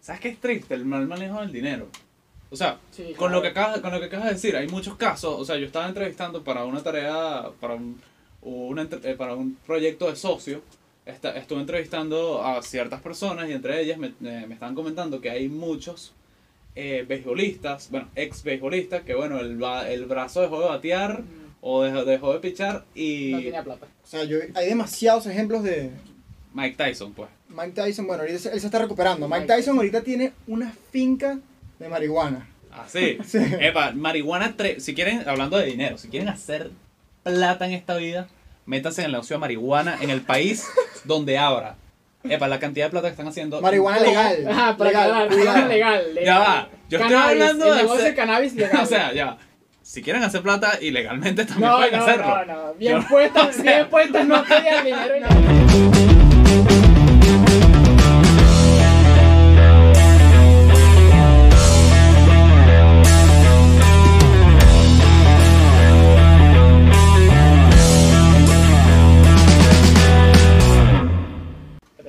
¿Sabes qué es triste? El mal manejo del dinero. O sea, con, lo que acabas, con lo que acabas de decir, hay muchos casos. O sea, yo estaba entrevistando para una tarea, para un, una entre- eh, para un proyecto de socio. Esta- estuve entrevistando a ciertas personas y entre ellas me, eh, me estaban comentando que hay muchos eh, beisbolistas, bueno, ex beisbolistas, que bueno, el, ba- el brazo dejó de batear o dejó, dejó de pichar y Mm. No tenía plata. O sea, yo, hay demasiados ejemplos de Mike Tyson, pues. Mike Tyson. Bueno, ahorita se- él se está recuperando. Mike Tyson ahorita tiene una finca de marihuana. Así. Epa, marihuana, tre- si quieren, hablando de dinero, si quieren hacer plata en esta vida, métanse en el negocio de marihuana en el país donde abra. Epa, la cantidad de plata que están haciendo. Marihuana legal. Ajá, Ah, para legal, legal, cuidado. legal, legal, Ya va, yo estoy hablando de de negocio hacer- de cannabis legal. o sea, ya. Si quieren hacer plata ilegalmente también no, pueden no, hacerlo. no, no, bien Yo- puestas, o sea- bien puestas no pedían dinero. y-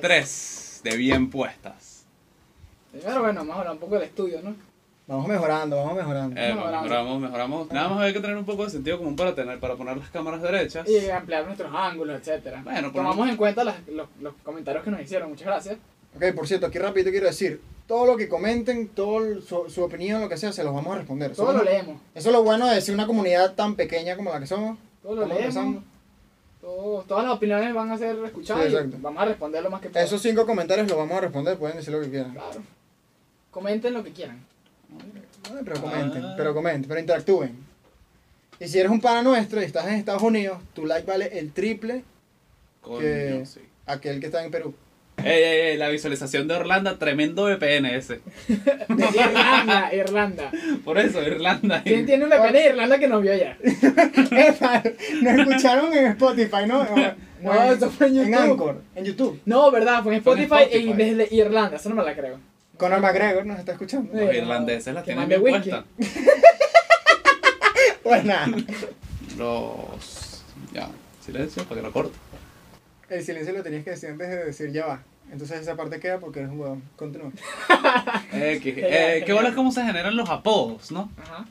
Tres de bien puestas. Pero bueno, vamos a hablar un poco del estudio, ¿no? Vamos mejorando, vamos mejorando. Eh, Mejoramos. mejoramos, mejoramos. Nada más hay que tener un poco de sentido común para tener, para poner las cámaras derechas. Y ampliar nuestros ángulos, etcétera. Bueno, por Tomamos en cuenta las- los, los comentarios que nos hicieron, muchas gracias. Ok, por cierto, aquí rapidito quiero decir, todo lo que comenten, todo el- su, su opinión, lo que sea, se los vamos a responder. Todo lo Somos- leemos, Eso es lo bueno de ser una comunidad tan pequeña como la que somos. todo lo Estamos leemos. empezando. todo- todas las opiniones van a ser escuchadas Sí, y exacto. vamos a responder lo más que podamos. Esos cinco comentarios los vamos a responder, pueden decir lo que quieran. Claro. Comenten lo que quieran. Ay, Pero comenten, Ah. pero comenten, pero interactúen. Y si eres un pana nuestro y estás en Estados Unidos, tu like vale el triple Coño, que- sí. aquel que está en Perú. Ey, ey, ey, la visualización de Orlando, tremendo VPN ese. Irlanda, Irlanda. Por eso, Irlanda. ¿Quién tiene un VPN de Irlanda que nos vio allá? Epa, Nos escucharon en Spotify, ¿no? O- No, o eso fue en YouTube. Anchor, en YouTube. No, verdad, fue en Fue en Spotify, Spotify. y desde Irlanda, eso no me la creo. Conor McGregor nos está escuchando. Sí. Los irlandeses las Que tienen mande bien whisky. puestas. Pues nada, Los. Ya, silencio para que lo corte. el silencio lo tenías que decir antes de decir ya va. Entonces esa parte queda porque eres un huevón. Continúa. X. Eh, Genial, genial. qué bolas cómo se generan los apodos, ¿no? Ajá.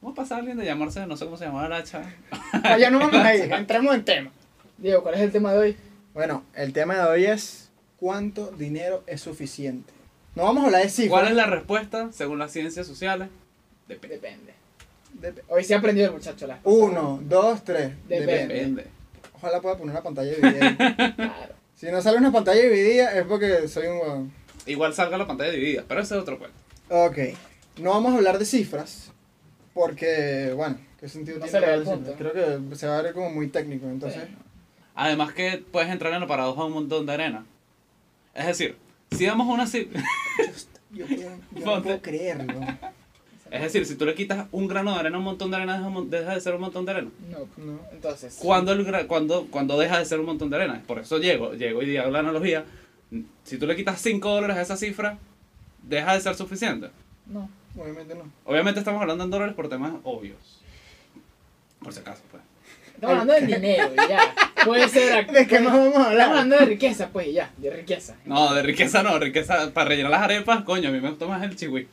¿Cómo pasa alguien de llamarse, no sé cómo se llamaba la chava? No, Ah, ya no vamos a ir, entremos en tema. Diego, ¿cuál es el tema de hoy? Bueno, el tema de hoy es cuánto dinero es suficiente. No vamos a hablar de cifras. ¿Cuál es la respuesta según las ciencias sociales? Depende. Depende. Dep- Hoy se aprendió el muchacho las cosas. Uno, dos, tres. Depende. Depende. Ojalá pueda poner una pantalla dividida. Claro. si no sale una pantalla dividida es porque soy un huevón. Igual salga la pantalla dividida, pero ese es otro cuento. Ok. No vamos a hablar de cifras porque, bueno, ¿qué sentido No se tiene le ve hablar el de cifras? punto. Creo que se va a ver como muy técnico, entonces. Sí. Además que puedes entrar en la paradoja de un montón de arena. Es decir, si damos una cifra. Yo, puedo- yo no Ponte. puedo creerlo. Es decir, si tú le quitas un grano de arena a un montón de arena, deja, un mon- deja de ser un montón de arena. No. No. Entonces. cuando, el gra- cuando, cuando deja de ser un montón de arena. Por eso llego, llego y hago la analogía. Si tú le quitas 5 dólares a esa cifra, deja de ser suficiente. No. Obviamente no. Obviamente estamos hablando en dólares por temas obvios. Por si acaso, pues. Estamos hablando de dinero, y ya. Puede ser. ac- ¿De qué más vamos a Estamos hablar? hablando de riqueza, pues, y ya. De riqueza. No, de riqueza no, riqueza para rellenar las arepas, coño, a mí me gusta más el chihui.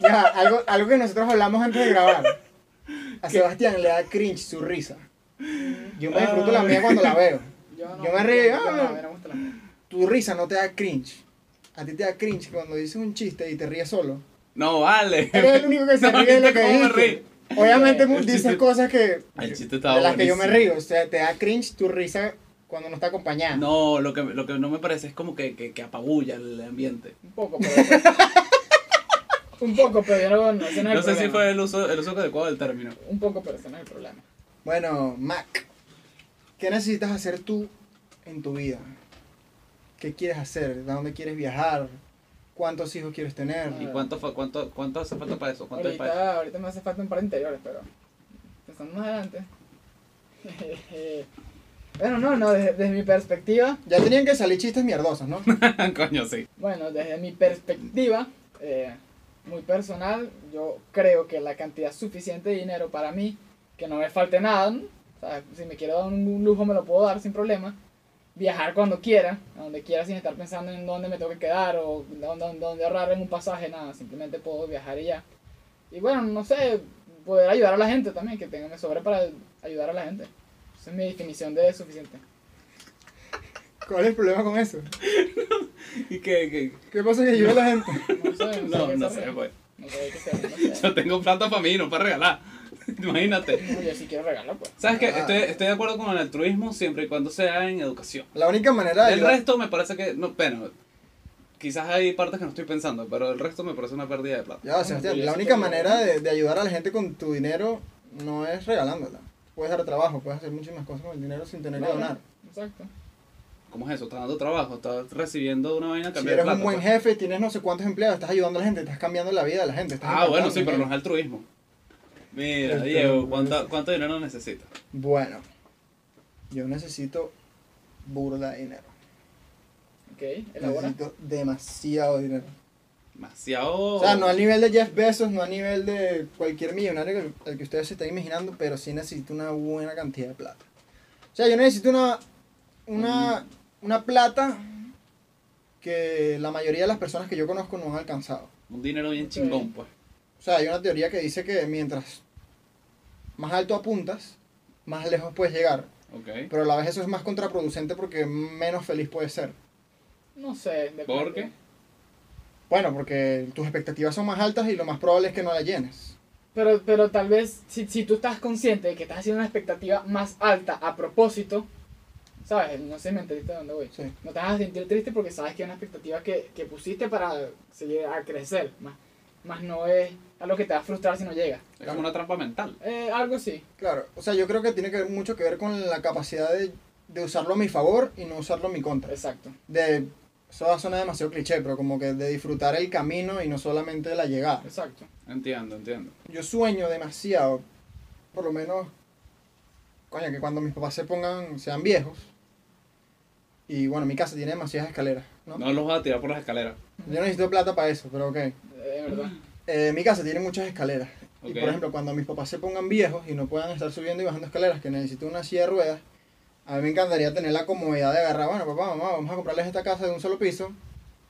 Ya, algo, algo que nosotros hablamos antes de grabar. A Sebastián le da cringe su risa. Yo me disfruto la mía cuando la veo. Yo me río, Yo ah. no, me gusta la mía. Tu risa no te da cringe. A ti te da cringe cuando dices un chiste y te ríes solo. No, vale. Eres el único que se No, ríe de lo ¿viste que cómo me dijiste. Obviamente mu- El dices chiste- cosas que El chiste de estaba las que yo me buenísimo. río. O sea, te da cringe tu risa cuando no está acompañada. No, lo que, lo que no me parece es como que, que, que apabulla el ambiente. Un poco, pero. un poco, pero yo no, no, ese no es el No sé si problema. fue el uso, el uso adecuado del término. Un poco, pero ese no es el problema. Bueno, Mac, ¿qué necesitas hacer tú en tu vida? ¿Qué quieres hacer? ¿De dónde quieres viajar? ¿Cuántos hijos quieres tener? ¿Y cuánto, fue- cuánto, cuánto hace falta para eso? ¿Cuánto hay para eso? Ahorita, ahorita me hace falta un par de interiores, pero pensando más adelante. bueno, no, no, desde, desde mi perspectiva, Ya tenían que salir chistes mierdosos, ¿no? Coño, sí. bueno, desde mi perspectiva eh, muy personal, yo creo que la cantidad suficiente de dinero para mí, que no me falte nada, ¿no? O sea, si me quiero dar un, un lujo me lo puedo dar sin problema, viajar cuando quiera, a donde quiera sin estar pensando en dónde me tengo que quedar o dónde, dónde ahorrar en un pasaje, nada, simplemente puedo viajar y ya. Y bueno, no sé, poder ayudar a la gente también, que tengan me sobre para ayudar a la gente. Esa es mi definición de suficiente. ¿Cuál es el problema con eso? ¿Y qué? qué? ¿Qué pasa que ayuda a la gente? No sé, no, sé No, qué no saber. sé, pues. No sé qué saber, no sé. Yo tengo plata para mí, no para regalar. Imagínate. No, yo sí quiero regalar, pues. ¿Sabes qué? Ah. Estoy, estoy de acuerdo con el altruismo siempre y cuando sea en educación. La única manera de el ayudar- resto me parece que. No, bueno, quizás hay partes que no estoy pensando, pero el resto me parece una pérdida de plata. Ya, va, Sebastián, la única manera de, de ayudar a la gente con tu dinero no es regalándola. Puedes dar trabajo, puedes hacer muchísimas cosas con el dinero sin tener que Vale, donar. Exacto. ¿Cómo es eso? Estás dando trabajo, estás recibiendo una vaina a Si cambio de eres plata. un buen pues. jefe, tienes no sé cuántos empleados, estás ayudando a la gente, estás cambiando la vida de la gente. estás Ah, bueno, impactando, sí, pero no ¿no? es altruismo. Mira, Este, Diego, ¿cuánto, cuánto dinero necesitas? Bueno, yo necesito burda de dinero. Ok, elabora. Necesito demasiado dinero. Demasiado. O sea, no al nivel de Jeff Bezos, no al nivel de cualquier millonario que- al que ustedes se están imaginando, pero sí necesito una buena cantidad de plata. O sea, yo necesito una, una, una plata que la mayoría de las personas que yo conozco no han alcanzado. Un dinero bien Ok. chingón, pues. O sea, hay una teoría que dice que mientras más alto apuntas, más lejos puedes llegar. Ok. Pero a la vez eso es más contraproducente porque menos feliz puedes ser. No sé. depende. ¿Por qué? Bueno, porque tus expectativas son más altas y lo más probable es que no la llenes. Pero, pero tal vez si, si tú estás consciente de que estás haciendo una expectativa más alta a propósito, ¿sabes? No sé, me entendiste a dónde voy. Sí. No te vas a sentir triste porque sabes que es una expectativa que, que pusiste para seguir a crecer. Más, más no es algo que te va a frustrar si no llegas. Es como una trampa mental. Eh, algo así. Claro, o sea, yo creo que tiene que ver mucho que ver con la capacidad de, de usarlo a mi favor y no usarlo a mi contra. Exacto. De, eso va a sonar demasiado cliché, pero como que de disfrutar el camino y no solamente la llegada. Exacto. Entiendo, entiendo. Yo sueño demasiado, por lo menos, coño, que cuando mis papás se pongan, sean viejos, y bueno, mi casa tiene demasiadas escaleras, ¿no? No los vas a tirar por las escaleras. Yo necesito plata para eso, pero ok. Eh, en verdad. Eh, mi casa tiene muchas escaleras. Y Ok. por ejemplo, cuando mis papás se pongan viejos y no puedan estar subiendo y bajando escaleras, que necesito una silla de ruedas, a mí me encantaría tener la comodidad de agarrar, bueno, papá, mamá, vamos a comprarles esta casa de un solo piso,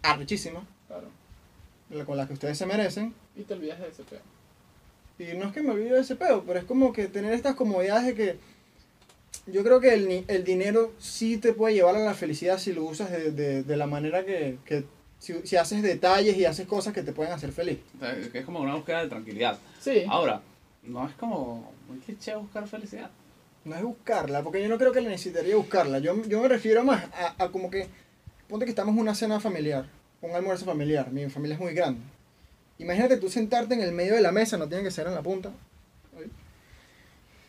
arrechísima, Claro. la- con la que ustedes se merecen. Y te olvidas de ese pedo. Y no es que me olvide de ese pedo, pero es como que tener estas comodidades de que yo creo que el, ni- el dinero sí te puede llevar a la felicidad si lo usas de, de- de la manera que, que si, si haces detalles y haces cosas que te pueden hacer feliz. O sea, que Es como una búsqueda de tranquilidad. Sí. Ahora, no es como muy cliché buscar felicidad. No es buscarla, porque yo no creo que la necesitaría buscarla. Yo, yo me refiero más a, a como que, ponte que estamos en una cena familiar, un almuerzo familiar, mi familia es muy grande. Imagínate tú sentarte en el medio de la mesa, no tiene que ser en la punta.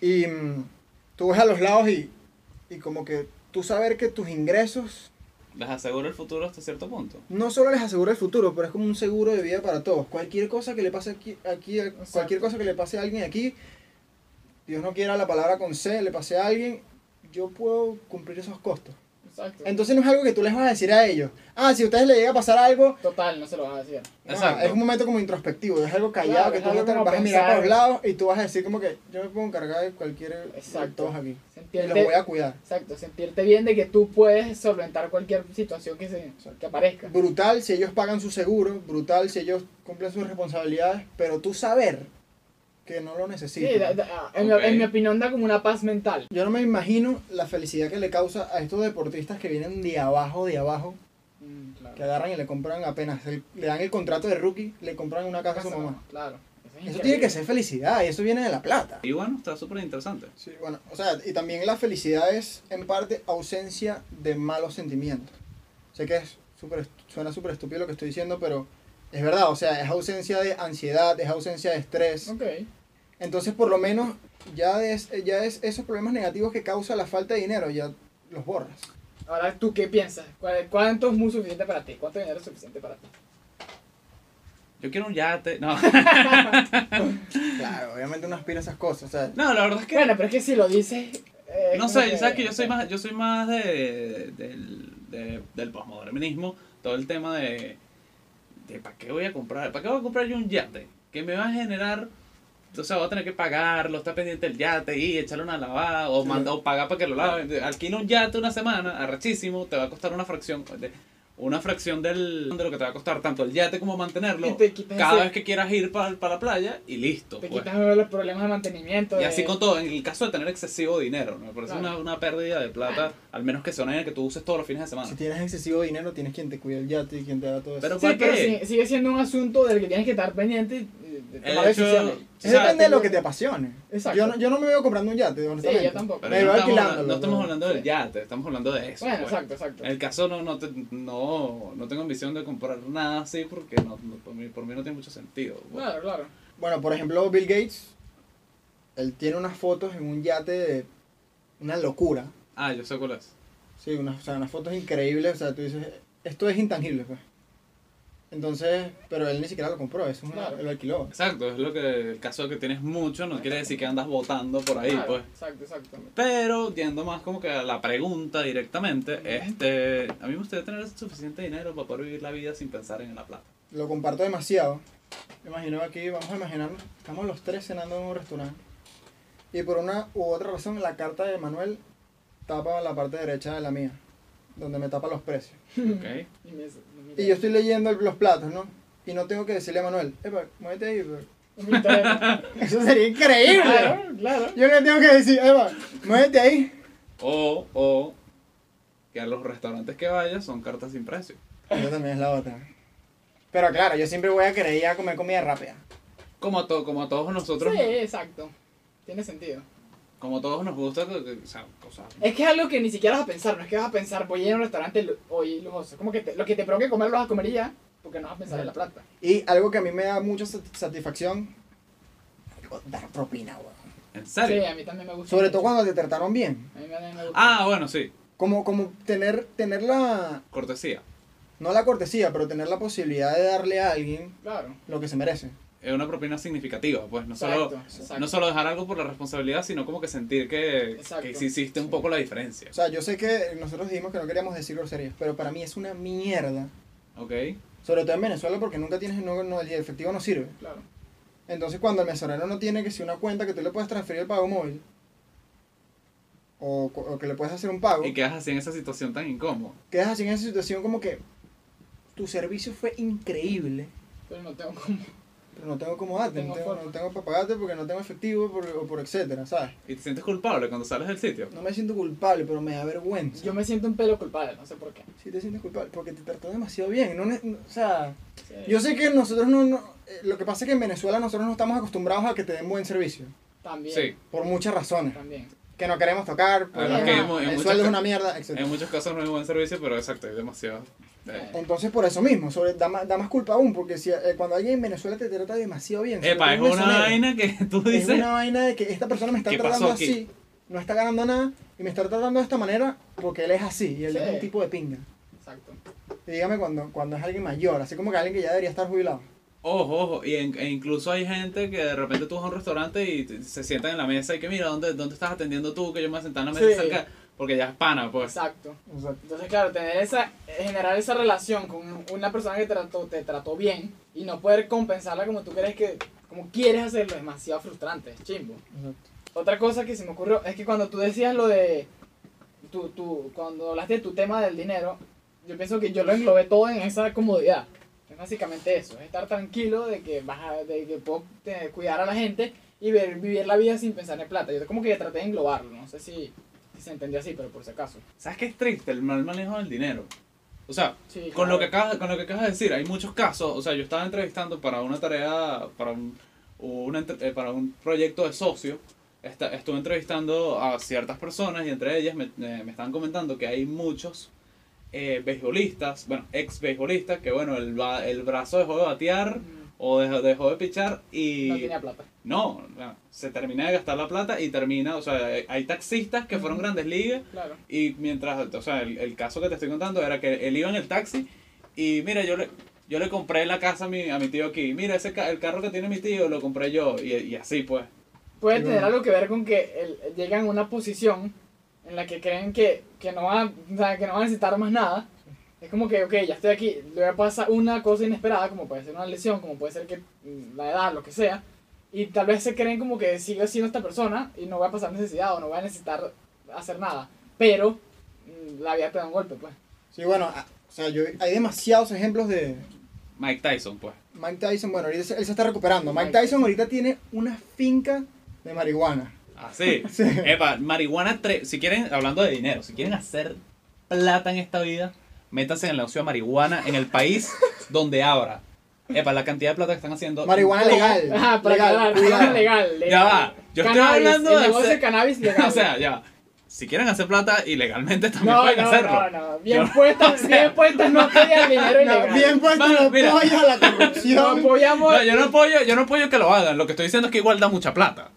Y mm, tú ves a los lados y, y como que tú saber que tus ingresos Les aseguro el futuro hasta cierto punto. no solo les asegura el futuro, pero es como un seguro de vida para todos. Cualquier cosa que le pase aquí, aquí a- cualquier cosa que le pase a alguien aquí, Dios no quiera la palabra con C, le pase a alguien, yo puedo cumplir esos costos. Exacto. Entonces no es algo que tú les vas a decir a ellos. Ah, si a ustedes les llega a pasar algo, Total, no se lo vas a decir. no, Exacto. Ah, es un momento como introspectivo, es algo callado Claro, que es tú algo vas a- como vas a mirar pensar. para los lados y tú vas a decir como que yo me puedo encargar de cualquier Exacto. todos aquí. Y Sentirte, los voy a cuidar. Exacto, sentirte bien de que tú puedes solventar cualquier situación que, se, que aparezca. brutal si ellos pagan su seguro, brutal si ellos cumplen sus responsabilidades, pero tú saber que no lo Sí, necesitas. da- da- en, mi, Ok. en mi opinión da como una paz mental. Yo no me imagino la felicidad que le causa a estos deportistas que vienen de abajo, de abajo, que agarran y le compran apenas, el- le dan el contrato de rookie, le compran una casa a su Casa, mamá. Claro. Eso, es Eso tiene que increíble. ser felicidad y eso viene de la plata. Y bueno, está súper interesante. Sí, bueno, o sea, y también la felicidad es en parte ausencia de malos sentimientos. Sé que es súper est- suena súper estúpido lo que estoy diciendo, pero es verdad, o sea, es ausencia de ansiedad, es ausencia de estrés. Ok. Entonces, por lo menos, ya, es, ya es esos problemas negativos que causa la falta de dinero, ya los borras. Ahora, ¿tú qué piensas? ¿Cuál- ¿Cuánto es muy suficiente para ti? ¿Cuánto dinero es suficiente para ti? Yo quiero un yate. No, Claro, obviamente uno aspira a esas cosas, o sea, no la verdad es que. Bueno, pero es que si lo dices... eh, no es como sé, que- sabes que yo soy más, yo soy más de, del, de- del posmodernismo. Todo el tema de. de ¿Para qué voy a comprar? ¿Para qué voy a comprar yo un yate? Que me va a generar o sea, voy a tener que pagarlo, está pendiente el yate y echarle una lavada o, manda, o pagar para que lo laven. Alquila un yate una semana, arrachísimo, te va a costar una fracción de, una fracción del, de lo que te va a costar tanto el yate como Y mantenerlo te quitas cada ese- vez que quieras ir para la playa y listo. Te pues. quitas uno de los problemas de mantenimiento. Y de- así con todo, en el caso de tener excesivo dinero, ¿no? me parece Claro. una, una pérdida de plata, al menos que sea una que tú uses todos los fines de semana. Si tienes excesivo dinero, tienes quien te cuida el yate y quien te da todo eso. Pero Sí, ¿para pero qué? sí- sigue siendo un asunto del que tienes que estar pendiente y eh, de El tomar hecho- decisiones. o Es sea, depende de lo que te apasione. Exacto. Yo no, yo no me veo comprando un yate, honestamente. yo tampoco. Pero Me no veo estamos, alquilándolo. no estamos pero- hablando del yate, estamos hablando de eso. Bueno, pues. exacto, exacto. En el caso no, no, te- no, no tengo ambición de comprar nada así porque no, no- por, mí, por mí no tiene mucho sentido. pues. Claro, claro. Bueno, por ejemplo, Bill Gates, él tiene unas fotos en un yate de una locura. Ah, yo sé cuál es. Sí, unas, o sea, unas fotos increíbles. O sea, tú dices, esto es intangible, pues. Entonces, pero él ni siquiera lo compró, eso es una, Claro. lo alquiló. Exacto, es lo que el caso de que tienes mucho no quiere decir que andas votando por ahí, Claro, pues. Exacto, exacto. Pero yendo más como que a la pregunta directamente, Ujú. este, a mí me gustaría tener suficiente dinero para poder vivir la vida sin pensar en la plata. Lo comparto demasiado. Me imagino aquí, vamos a imaginarnos, estamos los tres cenando en un restaurante. Y por una u otra razón, la carta de Manuel tapa la parte derecha de la mía, donde me tapa los precios. ¿ok? Y, me- me- Y yo estoy leyendo el- los platos, ¿no? Y no tengo que decirle a Manuel, epa, muévete ahí, pues". pero... Un victoriano. Eso sería increíble. Claro, claro. Yo le tengo que decir, Eva, muévete ahí. O, o que a los restaurantes que vayas son cartas sin precio. Esa también es la otra. Pero claro, yo siempre voy a querer ir a comer comida rápida. Como a, to- como a todos nosotros, Sí, exacto. Tiene sentido. como a todos nos gusta, que- que- o sea, cosas. Es que es algo que ni siquiera vas a pensar, no es que vas a pensar, voy a ir a un restaurante lu- hoy lujoso. Como que te- lo que te provoque comer lo vas a comer y ya, porque no vas a pensar en la plata. Y algo que a mí me da mucha sat- satisfacción, dar propina, weón. ¿En Sí, serio? a mí también me gusta. Sobre mucho. todo cuando te trataron bien. A mí también me gusta. Ah, bueno, sí, Como, como tener, tener la, cortesía. no la cortesía, pero tener la posibilidad de darle a alguien Claro. lo que se merece. Es una propina significativa, pues no solo, Exacto, exacto. no solo dejar algo por la responsabilidad, sino como que sentir que, Exacto. que sí hiciste un poco la diferencia. O sea, yo sé que nosotros dijimos que no queríamos decir groserías, pero para mí es una mierda. ¿Ok? Sobre todo en Venezuela porque nunca tienes, no, no, el efectivo no sirve. Claro. Entonces cuando el mesonero no tiene que si una cuenta que tú le puedes transferir el pago móvil o, cu- o que le puedes hacer un pago, Y quedas así en esa situación tan incómoda. quedas así en esa situación como que tu servicio fue increíble, Pero no tengo como. pero no tengo cómo darte, Tengo no tengo, forma. no tengo para pagarte porque no tengo efectivo por- o por etcétera, ¿sabes? Y te sientes culpable cuando sales del sitio. No me siento culpable, pero me da vergüenza. Yo me siento un pelo culpable, no sé por qué. Sí te sientes culpable porque te trató demasiado bien, no, ne- no- o sea, Sí. yo sé que nosotros no, no- eh, lo que pasa es que en Venezuela nosotros no estamos acostumbrados a que te den buen servicio, También. Sí. por muchas razones, También. que no queremos tocar, porque Además que ajá, hemos- en el muchas sueldo es ca- una mierda, etcétera. En muchos casos no hay buen servicio, pero exacto, hay demasiado. eh. Entonces, por eso mismo, sobre, da, más, da más culpa aún, porque si, eh, cuando alguien en Venezuela te trata demasiado bien, sobre todo Epa, es un una mesonero, vaina que tú es dices. una vaina de que esta persona me está ¿Qué tratando pasó aquí? así, no está ganando nada, y me está tratando de esta manera porque él es así, y él Sí. es un tipo de pinga. Exacto. Y dígame cuando, cuando es alguien mayor, así como que alguien que ya debería estar jubilado. Ojo, ojo. Y en- e incluso hay gente que de repente tú vas a un restaurante y te- se sientan en la mesa y que mira, ¿dónde, dónde estás atendiendo tú? Que yo me voy a sentar en la mesa Sí. cerca. Porque ya es pana, pues. Exacto. O sea, Entonces, claro, tener esa, generar esa relación con una persona que trató, te trató bien y no poder compensarla como tú crees que, como quieres hacerlo, es demasiado frustrante, es chimbo. exacto. Otra cosa que se me ocurrió es que cuando tú decías lo de, tu, tu, cuando hablaste de tu tema del dinero, yo pienso que yo lo englobé todo en esa comodidad. Es básicamente eso, es estar tranquilo de que, vas a- de que puedo eh, cuidar a la gente y ver- vivir la vida sin pensar en plata. Yo como que traté de englobarlo, no sé si, si se entendió así, pero por si acaso. ¿Sabes qué es triste? El mal manejo del dinero. O sea, Sí, con claro. lo, que acabas, con lo que acabas de decir, hay muchos casos. O sea, yo estaba entrevistando para una tarea, para un, una entre- eh, para un proyecto de socio. Esta- estuve entrevistando a ciertas personas y entre ellas me, eh, me están comentando que hay muchos eh, beisbolistas, bueno, ex beisbolistas, que bueno, el, ba- el brazo dejó de batear Mm, o dejó, dejó de pichar y. No tenía plata. no, no, se termina de gastar la plata y termina. O sea, hay- hay taxistas que fueron Ujú. grandes ligas Claro. y mientras, o sea, el, el caso que te estoy contando era que él iba en el taxi y mira, yo le, yo le compré la casa a mi, a mi tío aquí. Mira, ese ca- el carro que tiene mi tío lo compré yo. Y, y así pues. Puede Sí, tener bueno. algo que ver con que el- llegan a una posición en la que creen que, que, no van, o sea, que no van a necesitar más nada. Es como que, ok, ya estoy aquí, luego pasa una cosa inesperada, como puede ser una lesión, como puede ser que mm, la edad, lo que sea, Y tal vez se creen como que sigo siendo esta persona y no voy a pasar necesidad o no voy a necesitar hacer nada. Pero mm, la vida te da un golpe, pues. Sí, bueno, a- o sea, yo, hay demasiados ejemplos de Mike Tyson, pues. Mike Tyson. Bueno, ahorita se- él se está recuperando. Mike Mike Tyson ahorita tiene una finca de marihuana. Así. Sí. Epa, marihuana, tre- si quieren, hablando de dinero, si quieren hacer plata en esta vida, métanse en el negocio de marihuana en el país donde abra. Epa, la cantidad de plata que están haciendo. Marihuana legal. Ajá, Ah, para legal, aclarar, cuidado. legal, legal. Ya va, yo estoy Cannabis, hablando el de negocio hacer- de cannabis legal. o sea, ya. Si quieren hacer plata ilegalmente también no, pueden no, hacerlo. no, no, bien Yo- puestas, sea- bien puestas no apoyan dinero No, ilegal. bien puesto Mano, los mira. pollos a la no corrupción. apoyamos. No, yo no apoyo, yo no apoyo que lo hagan. Lo que estoy diciendo es que igual da mucha plata.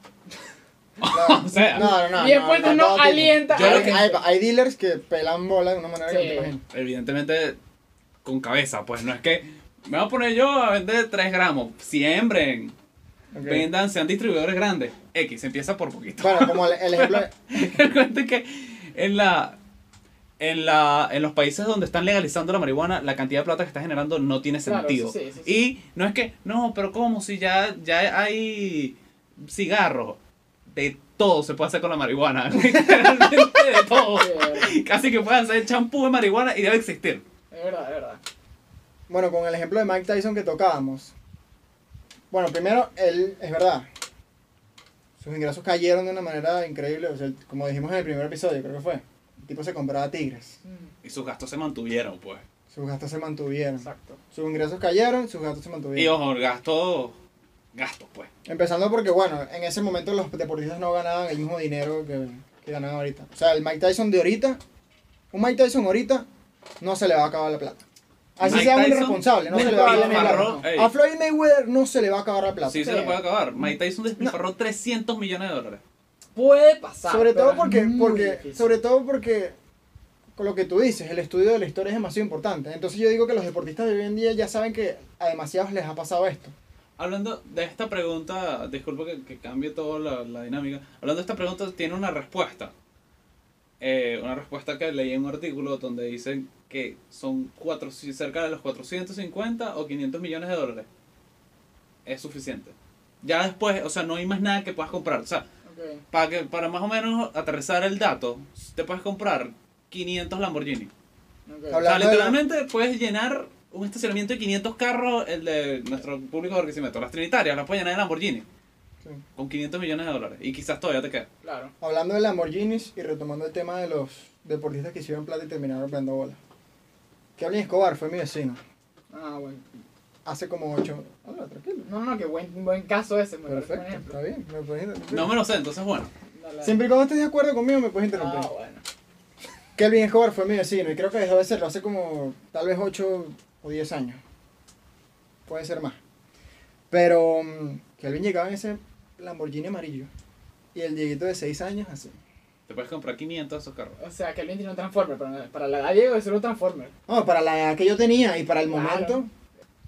No, O sea, no, no. bien puestas no, tampoco. alienta. Yo a lo Hay, la que- gente. hay- hay dealers que pelan bola de una manera que no Sí. te imaginas. evidentemente con cabeza, pues no es que me voy a poner yo a vender 3 gramos. Siembren, Ok. vendan, sean distribuidores grandes. X, empieza por poquito. Bueno, como el, el ejemplo. El cuento es que en la. En, la, en los países donde están legalizando la marihuana, la cantidad de plata que está generando no tiene Claro, sentido. sí, sí, sí. Y no es que, no, pero ¿cómo? Si ya, ya hay cigarros, de todo se puede hacer con la marihuana. Literalmente de todo. Sí, es verdad, Casi que pueden hacer champú de marihuana y debe existir. es verdad, es verdad. Bueno, con el ejemplo de Mike Tyson que tocábamos. Bueno, primero, él, es verdad, sus ingresos cayeron de una manera increíble. o sea, como dijimos en el primer episodio, creo que fue. El tipo se compraba tigres. Mm, Y sus gastos se mantuvieron, pues. Sus gastos se mantuvieron. Exacto. Sus ingresos cayeron, sus gastos se Y mantuvieron. ojo, gastos, gastos, pues. Empezando porque, bueno, en ese momento los deportistas no ganaban el mismo dinero que, que ganan ahorita. O sea, el Mike Tyson de ahorita, un Mike Tyson ahorita, no se le va a acabar la plata. Así Mike sea un Tyson, irresponsable, no se le va a acabar la desbarró, plata. ey. A Floyd Mayweather no se le va a acabar la plata. Sí, se Sí. lo puede acabar. Mike Tyson despilfarró 300 millones de dólares. Puede pasar. sobre pero todo es porque, muy porque difícil. sobre todo porque con lo que tú dices el estudio de la historia es demasiado importante entonces yo digo que los deportistas de hoy en día ya saben que a demasiados les ha pasado esto Hablando de esta pregunta, disculpa que, que cambie toda la, la dinámica. Hablando de esta pregunta, tiene una respuesta. Eh, una respuesta que leí en un artículo donde dicen que son cuatro, si cerca de los 450 o 500 millones de dólares. Es suficiente. Ya después, o sea, no hay más nada que puedas comprar. O sea, Ok. para, que, para más o menos aterrizar el dato, te puedes comprar 500 Lamborghini. ok. O sea, Hablando de- literalmente puedes llenar un estacionamiento de 500 carros, el de nuestro público de Barquisimeto. Las Trinitarias las puedes llenar de Lamborghini con 500 millones de dólares. Y quizás todavía te queda. Claro. hablando de Lamborghinis y retomando el tema de los deportistas que hicieron plata y terminaron pegando bola Kevin Escobar fue mi vecino Ah, bueno. hace como ocho Hola, tranquilo No, no, que buen, buen caso ese, me parece un perfecto ejemplo. está bien me puedes interrumpir. No me lo sé, entonces bueno. Dale, dale. siempre y cuando estés de acuerdo conmigo me puedes interrumpir Ah, bueno. Kelvin Escobar fue mi vecino y creo que dejó de serlo hace como tal vez 8 o 10 años. Puede ser más. Pero mm, Kelvin llegaba en ese Lamborghini amarillo y el Dieguito de 6 años así. Te puedes comprar 500 de esos carros. O sea, que alguien tiene un Transformer, pero para la edad de Diego es solo un Transformer. No, para la edad que yo tenía y para el Claro. momento.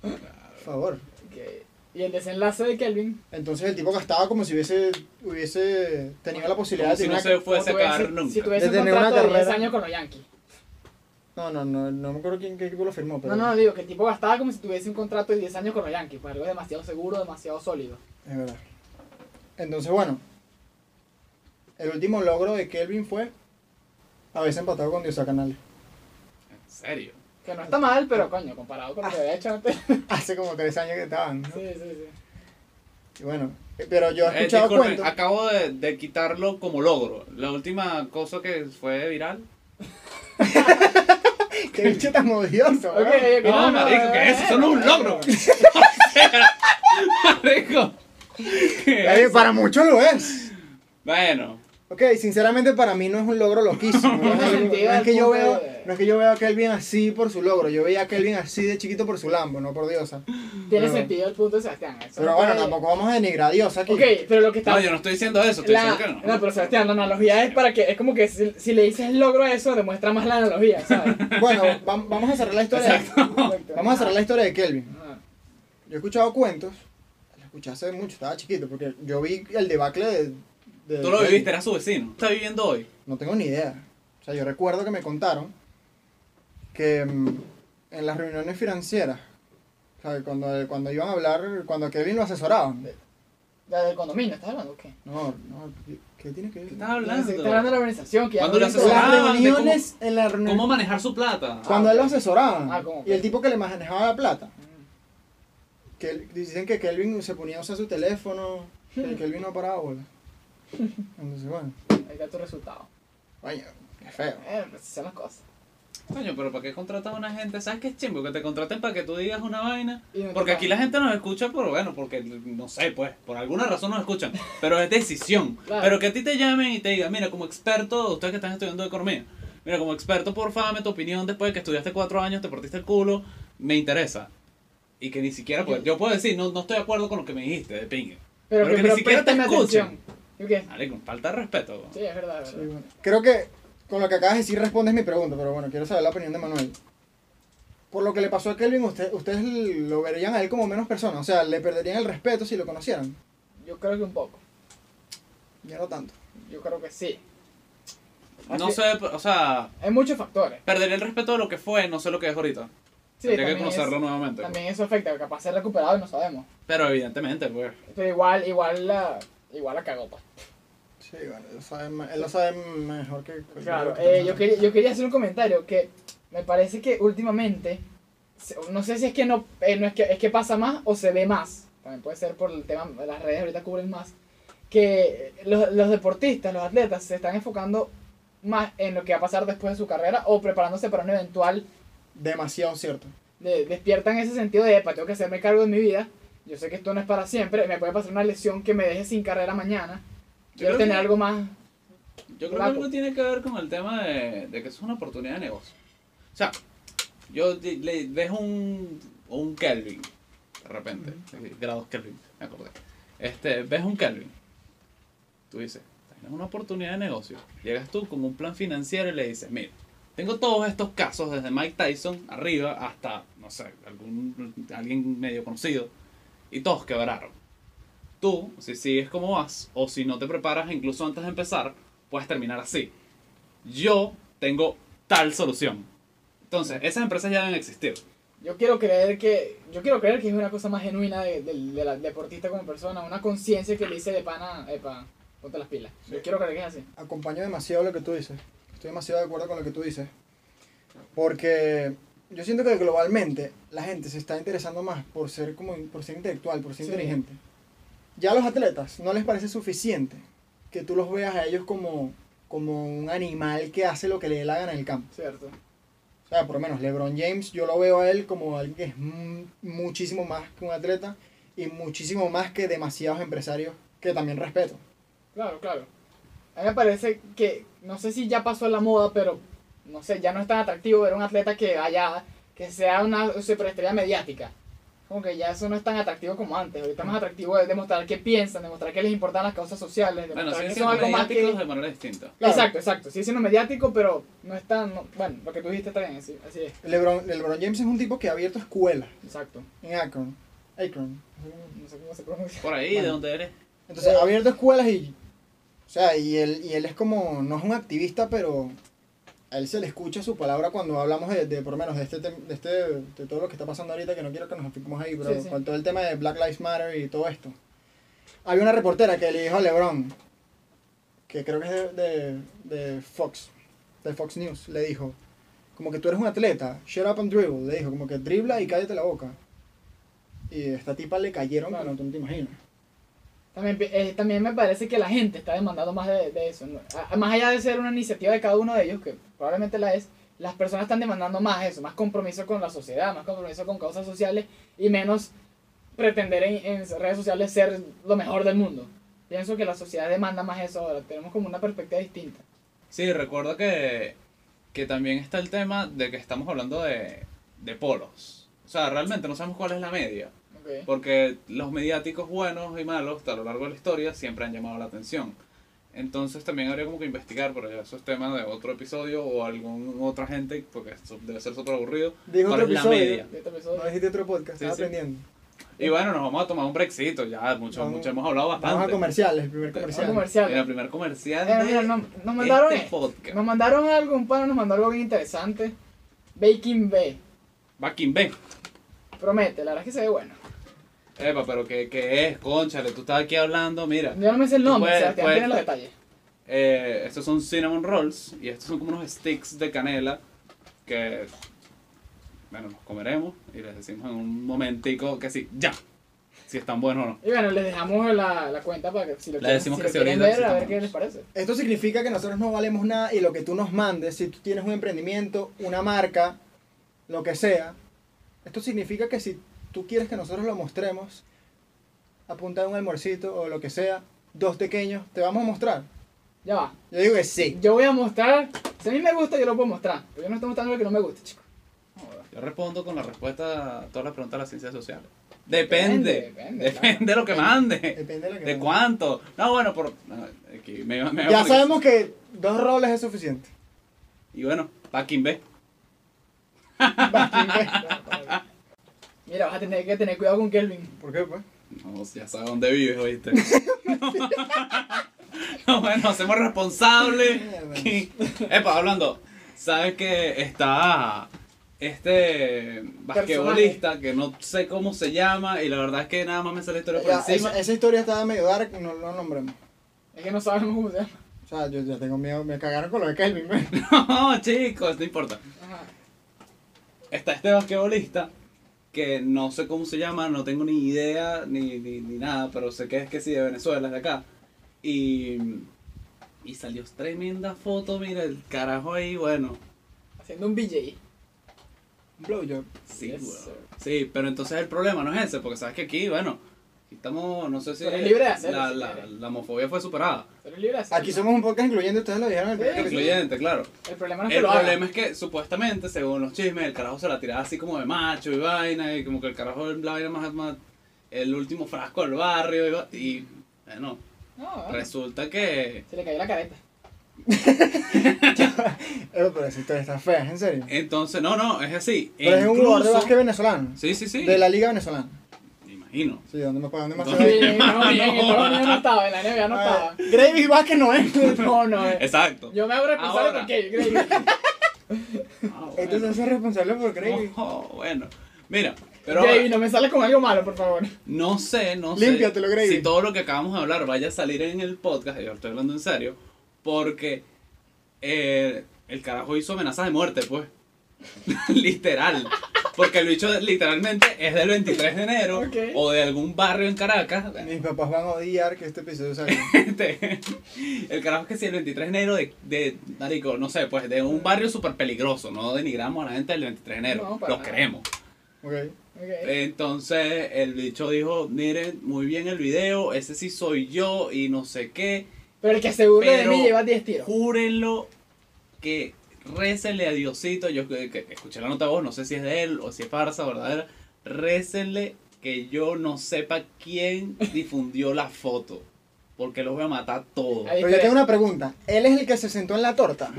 Por favor. Que- Y el desenlace de Kelvin. Entonces el tipo gastaba como si hubiese, hubiese tenido la posibilidad Como de si tener no una- se fuese a como tuviese- acabar nunca. Si tuviese De un tener una contrato de 10 carrera. años con los Yankees. No, no, no, no me acuerdo quién, qué equipo lo firmó, pero No, no, digo que el tipo gastaba como si tuviese un contrato de 10 años con los Yankees. Pues algo demasiado seguro, demasiado sólido. es verdad. Entonces, bueno, el último logro de Kelvin fue haberse empatado con Diosa Canales. En serio. Que no está mal, pero coño, comparado con lo que había hecho antes. Sí, Hace como tres años que estaban, ¿no? sí, sí. Y bueno, eh, pero yo he Eh, escuchado disculpen, cuentos. acabo de, de quitarlo como logro. La última cosa que fue viral. Qué bicho tan odioso, Ok, weón. ok, No, Ah, marico, que eso, eso no es un logro. Marico. ¿qué es Eh, eso? para muchos lo es. Bueno, Ok, sinceramente para mí no es un logro loquísimo. No es, algo- no es que yo veo, no es que yo veo a Kelvin así por su logro. Yo veía a Kelvin así de chiquito por su Lambo, no por Diosa. Tiene Pero- sentido el punto de Sebastián. eso Pero no bueno, pues. puede- tampoco vamos a denigrar a Diosa aquí. Ok, pero lo que está. no, yo no estoy diciendo eso, estoy La- diciendo que no, pero Sebastián, la analogía es para que. Es como que si, si le dices logro a eso, demuestra más la analogía, ¿sabes? Bueno, vam- vamos a cerrar la historia. de- Vamos a cerrar la historia de Kelvin. Ah, Yo he escuchado cuentos. Lo escuché hace mucho, estaba chiquito, porque yo vi el debacle de... de Tú lo Kelvin. viviste, era su vecino. Está viviendo hoy. No tengo ni idea. O sea, yo recuerdo que me contaron que mm, en las reuniones financieras, o sea, cuando, cuando iban a hablar, cuando a Kevin lo asesoraban, La del condominio, ¿estás hablando o qué? No, no, ¿qué- ¿qué tiene que ¿Qué ver? estás Estás hablando de hablando? la organización que ya Cuando no le hizo nada. Las asesoraban de reuniones en la reunión. ¿Cómo manejar su plata? Cuando él lo asesoraba. Ah, ¿cómo? y el tipo que le manejaba la plata. Mm, Que él- dicen que Kelvin se ponía a usar su teléfono. Hmm. Que Kelvin no paraba bola. Entonces, bueno. Ahí está tu resultado. Vaya, qué feo. Eh, pues son las cosas. Coño, pero ¿para qué contratar a una gente? ¿Sabes qué es chimbo? Que te contraten para que tú digas una vaina. Y no te Porque aquí la pagan. gente nos escucha por, bueno, porque no sé, pues, por alguna razón nos escuchan. Pero es decisión. Claro. Pero que a ti te llamen y te digan, mira, como experto, ustedes que están estudiando economía, mira, como experto, porfa, dame tu opinión después de que estudiaste cuatro años, te partiste el culo, me interesa. Y que ni siquiera, pues, yo puedo decir, no, no estoy de acuerdo con lo que me dijiste, de pingue. Pero que ni siquiera te préstame escuchen. atención. ¿Y qué? Vale, con falta de respeto. weón. Sí, es verdad, es Sí, verdad. bueno. Creo que con lo que acabas de decir respondes mi pregunta, pero bueno, quiero saber la opinión de Manuel. Por lo que le pasó a Kelvin, usted- ustedes lo verían a él como menos persona. O sea, le perderían el respeto si lo conocieran. Yo creo que un poco. Ya no tanto. Yo creo que sí. No Así- sé, o sea, Hay muchos factores. perderé el respeto de lo que fue, no sé lo que es ahorita. Sí, Tendría que también conocerlo es- nuevamente. También eso afecta, capaz se ha recuperado y no sabemos. Pero evidentemente, pues. Pero igual, igual la, igual la cagó, pues. Sí, bueno, él lo sabe, me- él lo sabe mejor que... Pues cualquier Claro, otro. eh, yo, quería, yo quería hacer un comentario que me parece que últimamente, se- no sé si es que no, eh, no es que es que pasa más o se ve más, también puede ser por el tema, las redes ahorita cubren más, que los, los deportistas, los atletas se están enfocando más en lo que va a pasar después de su carrera o preparándose para un eventual, Demasiado cierto. de- despiertan ese sentido de, epa, tengo que hacerme cargo de mi vida, yo sé que esto no es para siempre, me puede pasar una lesión que me deje sin carrera mañana, Yo quiero creo tener que- algo más, Yo creo que Flaco. algo tiene que ver con el tema de, de que eso es una oportunidad de negocio. O sea, yo de- le dejo un, un Kelvin, de repente, eh, grados Kelvin, me acordé. Este, ves un Kelvin, tú dices, tienes una oportunidad de negocio. Llegas tú con un plan financiero y le dices, mira, tengo todos estos casos, desde Mike Tyson arriba hasta, no sé, algún, alguien medio conocido, y todos quebraron. Tú, si sigues como vas, o si no te preparas incluso antes de empezar, puedes terminar así. Yo tengo tal solución. Entonces, esas empresas ya deben existir. Yo quiero creer que yo quiero creer que es una cosa más genuina de- del de la deportista como persona, una conciencia que le dice de pana, epa, ponte las pilas. Yo quiero creer que es así. Acompaño demasiado lo que tú dices. Estoy demasiado de acuerdo con lo que tú dices. Porque yo siento que globalmente la gente se está interesando más por ser, como, por ser intelectual, por ser Sí. inteligente. Ya a los atletas no les parece suficiente que tú los veas a ellos como, como un animal que hace lo que le dé la gana en el campo. Cierto. O sea, por lo menos LeBron James, yo lo veo a él como alguien que es mu- muchísimo más que un atleta y muchísimo más que demasiados empresarios que también respeto. Claro, claro. A mí me parece que no sé si ya pasó la moda, pero no sé, ya no es tan atractivo ver un atleta que vaya que sea una superestrella mediática. Como que ya eso no es tan atractivo como antes. Ahorita más atractivo es demostrar qué piensan, demostrar que les importan las causas sociales, Bueno, demostrar siguen que son siendo algo más que mediáticos de manera distinta. Claro. Exacto, exacto. Sigue siendo mediático, pero no es tan. no- bueno, lo que tú dijiste está bien, así, así es. LeBron, LeBron James es un tipo que ha abierto escuelas Exacto. en Akron. Akron. No sé cómo se pronuncia. Por ahí, de Bueno. donde eres. Entonces, ha abierto escuelas y... O sea, y él, y él es como... No es un activista, pero... A él se le escucha su palabra cuando hablamos de, de, por lo menos, de este, tem- de este de todo lo que está pasando ahorita, que no quiero que nos enfoquemos ahí, pero Sí, sí. con todo el tema de Black Lives Matter y todo esto. Había una reportera que le dijo a LeBron, que creo que es de, de- de Fox, de Fox News, le dijo, como que tú eres un atleta, shut up and dribble, le dijo, como que dribla y cállate la boca. Y a esta tipa le cayeron, Claro. pero tú no te imaginas. También, pi- eh, también me parece que la gente está demandando más de, de eso. ¿no? A- Más allá de ser una iniciativa de cada uno de ellos, que probablemente la es, las personas están demandando más eso, más compromiso con la sociedad, más compromiso con causas sociales y menos pretender en, en redes sociales ser lo mejor del mundo. Pienso que la sociedad demanda más eso ahora. Tenemos como una perspectiva distinta. Sí, recuerdo que, que también está el tema de que estamos hablando de, de polos. O sea, realmente no sabemos cuál es la media. Ok. Porque los mediáticos buenos y malos a lo largo de la historia siempre han llamado la atención. Entonces también habría como que investigar, pero ya eso es tema de otro episodio o algún otra gente, porque eso debe ser súper aburrido. Dijo ¿Cuál otro es la episodio. media? Este episodio- No dijiste otro podcast, Sí, estaba sí. aprendiendo. Y bueno, nos vamos a tomar un brexito, ya mucho, Vamos- mucho hemos hablado bastante. Vamos a comerciales, el primer Vamos a Ah, comercial. comercial. Mira, primer comercial Eh, de mira, no- nos mandaron este eh, podcast. Nos mandaron algo, un pana nos mandó algo bien interesante. Baking Bay. Back in Ben. Promete, la verdad es que se ve bueno. Epa, pero ¿qué, qué es? Conchale, tú estás aquí hablando, mira. Yo no me sé el Tú nombre, puedes- Sebastián puedes- tiene los detalles. Eh, estos son cinnamon rolls y estos son como unos sticks de canela que, bueno, los comeremos y les decimos en un momentico que sí, ya, si están buenos o no. Y bueno, les dejamos la, la cuenta para que si lo Le quieren, si decimos lo que se quieren orienta, ver, si a ver estamos. qué les parece. Esto significa que nosotros no valemos nada y lo que tú nos mandes, si tú tienes un emprendimiento, una marca, lo que sea, esto significa que si tú quieres que nosotros lo mostremos, apunta a un almuercito o lo que sea, dos pequeños, te vamos a mostrar. Ya va. Yo digo que sí. Yo voy a mostrar. Si a mí me gusta, yo lo puedo mostrar. Pero yo no estoy mostrando lo que no me gusta, chicos. Yo respondo con la respuesta a todas las preguntas de las ciencias sociales. Depende, Depende, depende, depende, de lo que mande, Depende de lo que de mandes. cuánto. No, bueno, por, no, aquí me, me- Ya sabemos que dos roles es suficiente. Y bueno, packing B. Mira, vas a tener que tener cuidado con Kelvin. ¿Por qué, pues? No, ya sabes dónde vives, oíste. no, bueno, hacemos responsables. Mierda. Epa, hablando, sabes que está este basquetbolista que no sé cómo se llama y la verdad es que nada más me sale la historia por Ya, encima. esa, esa historia estaba medio dark, no lo nombremos. Es que no sabemos cómo se llama. O sea, yo ya tengo miedo, me cagaron con lo de Kelvin, pues. güey. no, chicos, no importa. Ajá. Está este basquetbolista que no sé cómo se llama, no tengo ni idea ni, ni, ni nada, pero sé que es que sí, de Venezuela, es de acá. Y, y salió tremenda foto, mira el carajo ahí, bueno. Haciendo un BJ. Blowjob. Sí, Yes, weón. sir. sí, pero entonces el problema no es ese, porque sabes que aquí, bueno, aquí estamos, no sé si Pero es libre de hacerlo, la, si la, quieres. la homofobia fue superada. Pero es libre de hacerlo. Aquí somos un podcast incluyente, ustedes lo dijeron en el primer Sí, capítulo. Incluyente, claro. El Ah, problema no es que El lo problema hagan. es que supuestamente, según los chismes, el carajo se la tiraba así como de macho y vaina, y como que el carajo la vaina más, más el último frasco del barrio, y, va- y, bueno, No, Ah. bueno, resulta que... se le cayó la careta. Eh, pero esa historia está fea, en serio. Entonces, no, no, es así. Pero es un jugador de Incluso- básquet venezolano. Sí, sí, sí. De la liga venezolana. Me imagino. Sí, ¿dónde me pagan Sí, demasiado? Eh, no, bien, Estados Unidos no estaba, en la NBA no estaba. Gravy Vázquez no es. No, no. eh. Exacto. Yo me hago responsable Ahora. por Kelvin. Kelvin. Ah, bueno. Entonces este es responsable por Gravy. Ojo, bueno, mira, pero Kelvin, no me sales con algo malo, por favor. no sé, no Límpiatelo, sé Gravy. si todo lo que acabamos de hablar vaya a salir en el podcast, yo estoy hablando en serio, porque eh, el carajo hizo amenazas de muerte, pues. Literal. Porque el bicho literalmente es del 23 de enero Ok. o de algún barrio en Caracas. Mis papás van a odiar que este episodio salga. Este, el carajo es que si el 23 de enero de, de marico, no sé, pues de un barrio súper peligroso, no denigramos a la gente del 23 de enero, No, para los nada. queremos. Ok. Ok. Eh, Entonces el bicho dijo, miren, muy bien el video, ese sí soy yo y no sé qué. Pero el que se burle de Pero- mí lleva 10 tiros. Júrenlo que récenle a Diosito. Yo que- que escuché la nota de voz, no sé si es de él o si es farsa verdadera. Récenle que yo no sepa quién difundió la foto. Porque los voy a matar todos. Ahí. Pero yo tengo una pregunta. ¿Él es el que se sentó en la torta?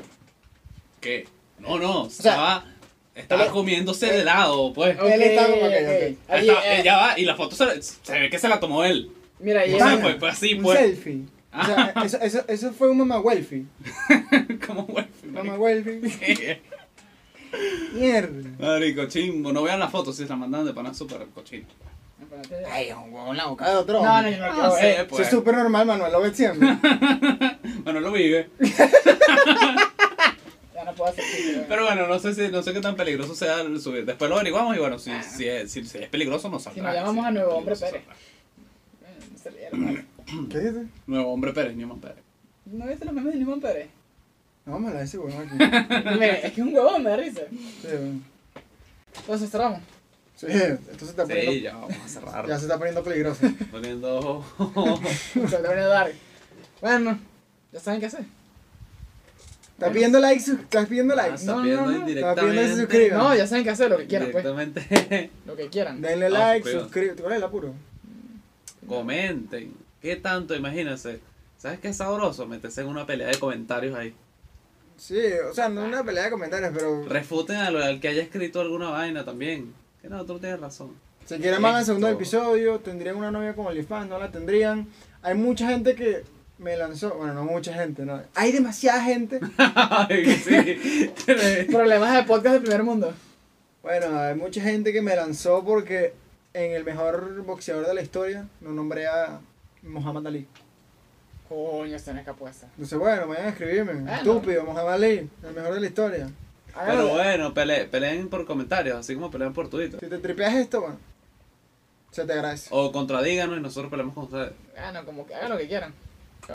¿Qué? No, no, estaba, estaba Pero- comiéndose de lado, pues. eh, Ok, Él está como que, ok. ok. Ahí, Estaba- eh, ella va y la foto se, la- se ve que se la tomó él. Mira, ahí O Pana, sea, es- fue, fue así, un pues. Ah. selfie. O sea, eso, eso, eso fue un mamá welfie. Como Mamá güey. welfie. Mierda. Marico, chimbo, no vean las fotos si se las mandan de pana súper cochino. Ay, un huevón en la boca de Ah, otro. No, no, hombre. yo no eh, No quiero sé, ver. pues. Eso es súper normal, Manuel, lo ves siempre. Bueno, lo vive. Ya no puedo hacer eh. chiste, Pero bueno, no sé si, no sé qué tan peligroso sea el subir. Después lo averiguamos y bueno, si, si, es, si, si es peligroso nos saldrá. Ah. Si nos llamamos a Nuevo Hombre peligroso, Pérez. Eh, se rieron, vale. ¿Qué dices? saldrá. Nuevo hombre Pérez, Newman Pérez. ¿No viste los memes de Limón Pérez? No, vamos a hablar de ese huevón aquí. Mira, es que es un huevón me da risa. Sí, bueno. Entonces cerramos. Sí, esto se está poniendo, Sí, ya vamos a ya cerrar. se está poniendo peligroso. Poniendo. Se le viene dark. Bueno, ya saben qué hacer. ¿Estás pidiendo likes? ¿Estás pidiendo likes? No, Está no, viendo no. Está viendo, se indirectamente. suscribe. No, ya saben qué hacer, lo que quieran, pues. Directamente. Lo que quieran. Denle Ah, like, suscríbanse. suscríbete. ¿Cuál es el apuro? Comenten. ¿Qué tanto? Imagínense. ¿Sabes qué es sabroso? Meterse en una pelea de comentarios ahí. Sí, o sea, no es una pelea de comentarios, pero Refuten a lo- al que haya escrito alguna vaina también. Que no, tú no tienes razón. si quieren más en el segundo Esto. episodio, tendrían una novia como OnlyFans, no la tendrían. Hay mucha gente que me lanzó, bueno, no mucha gente, no. Hay demasiada gente. Ay, que sí. Problemas de podcast del primer mundo. Bueno, hay mucha gente que me lanzó porque en el mejor boxeador de la historia, no nombré a Muhammad Ali. Coño, esta no es capuesta. Entonces, bueno, vayan a escribirme. Bueno. Estúpido, Muhammad Ali, el mejor de la historia. Pero bueno, pele- peleen por comentarios, así como peleen por Twitter. Si te tripeas esto, bueno, se te agradece. O contradíganos y nosotros peleamos con ustedes. Bueno, Ah, como que hagan lo que quieran.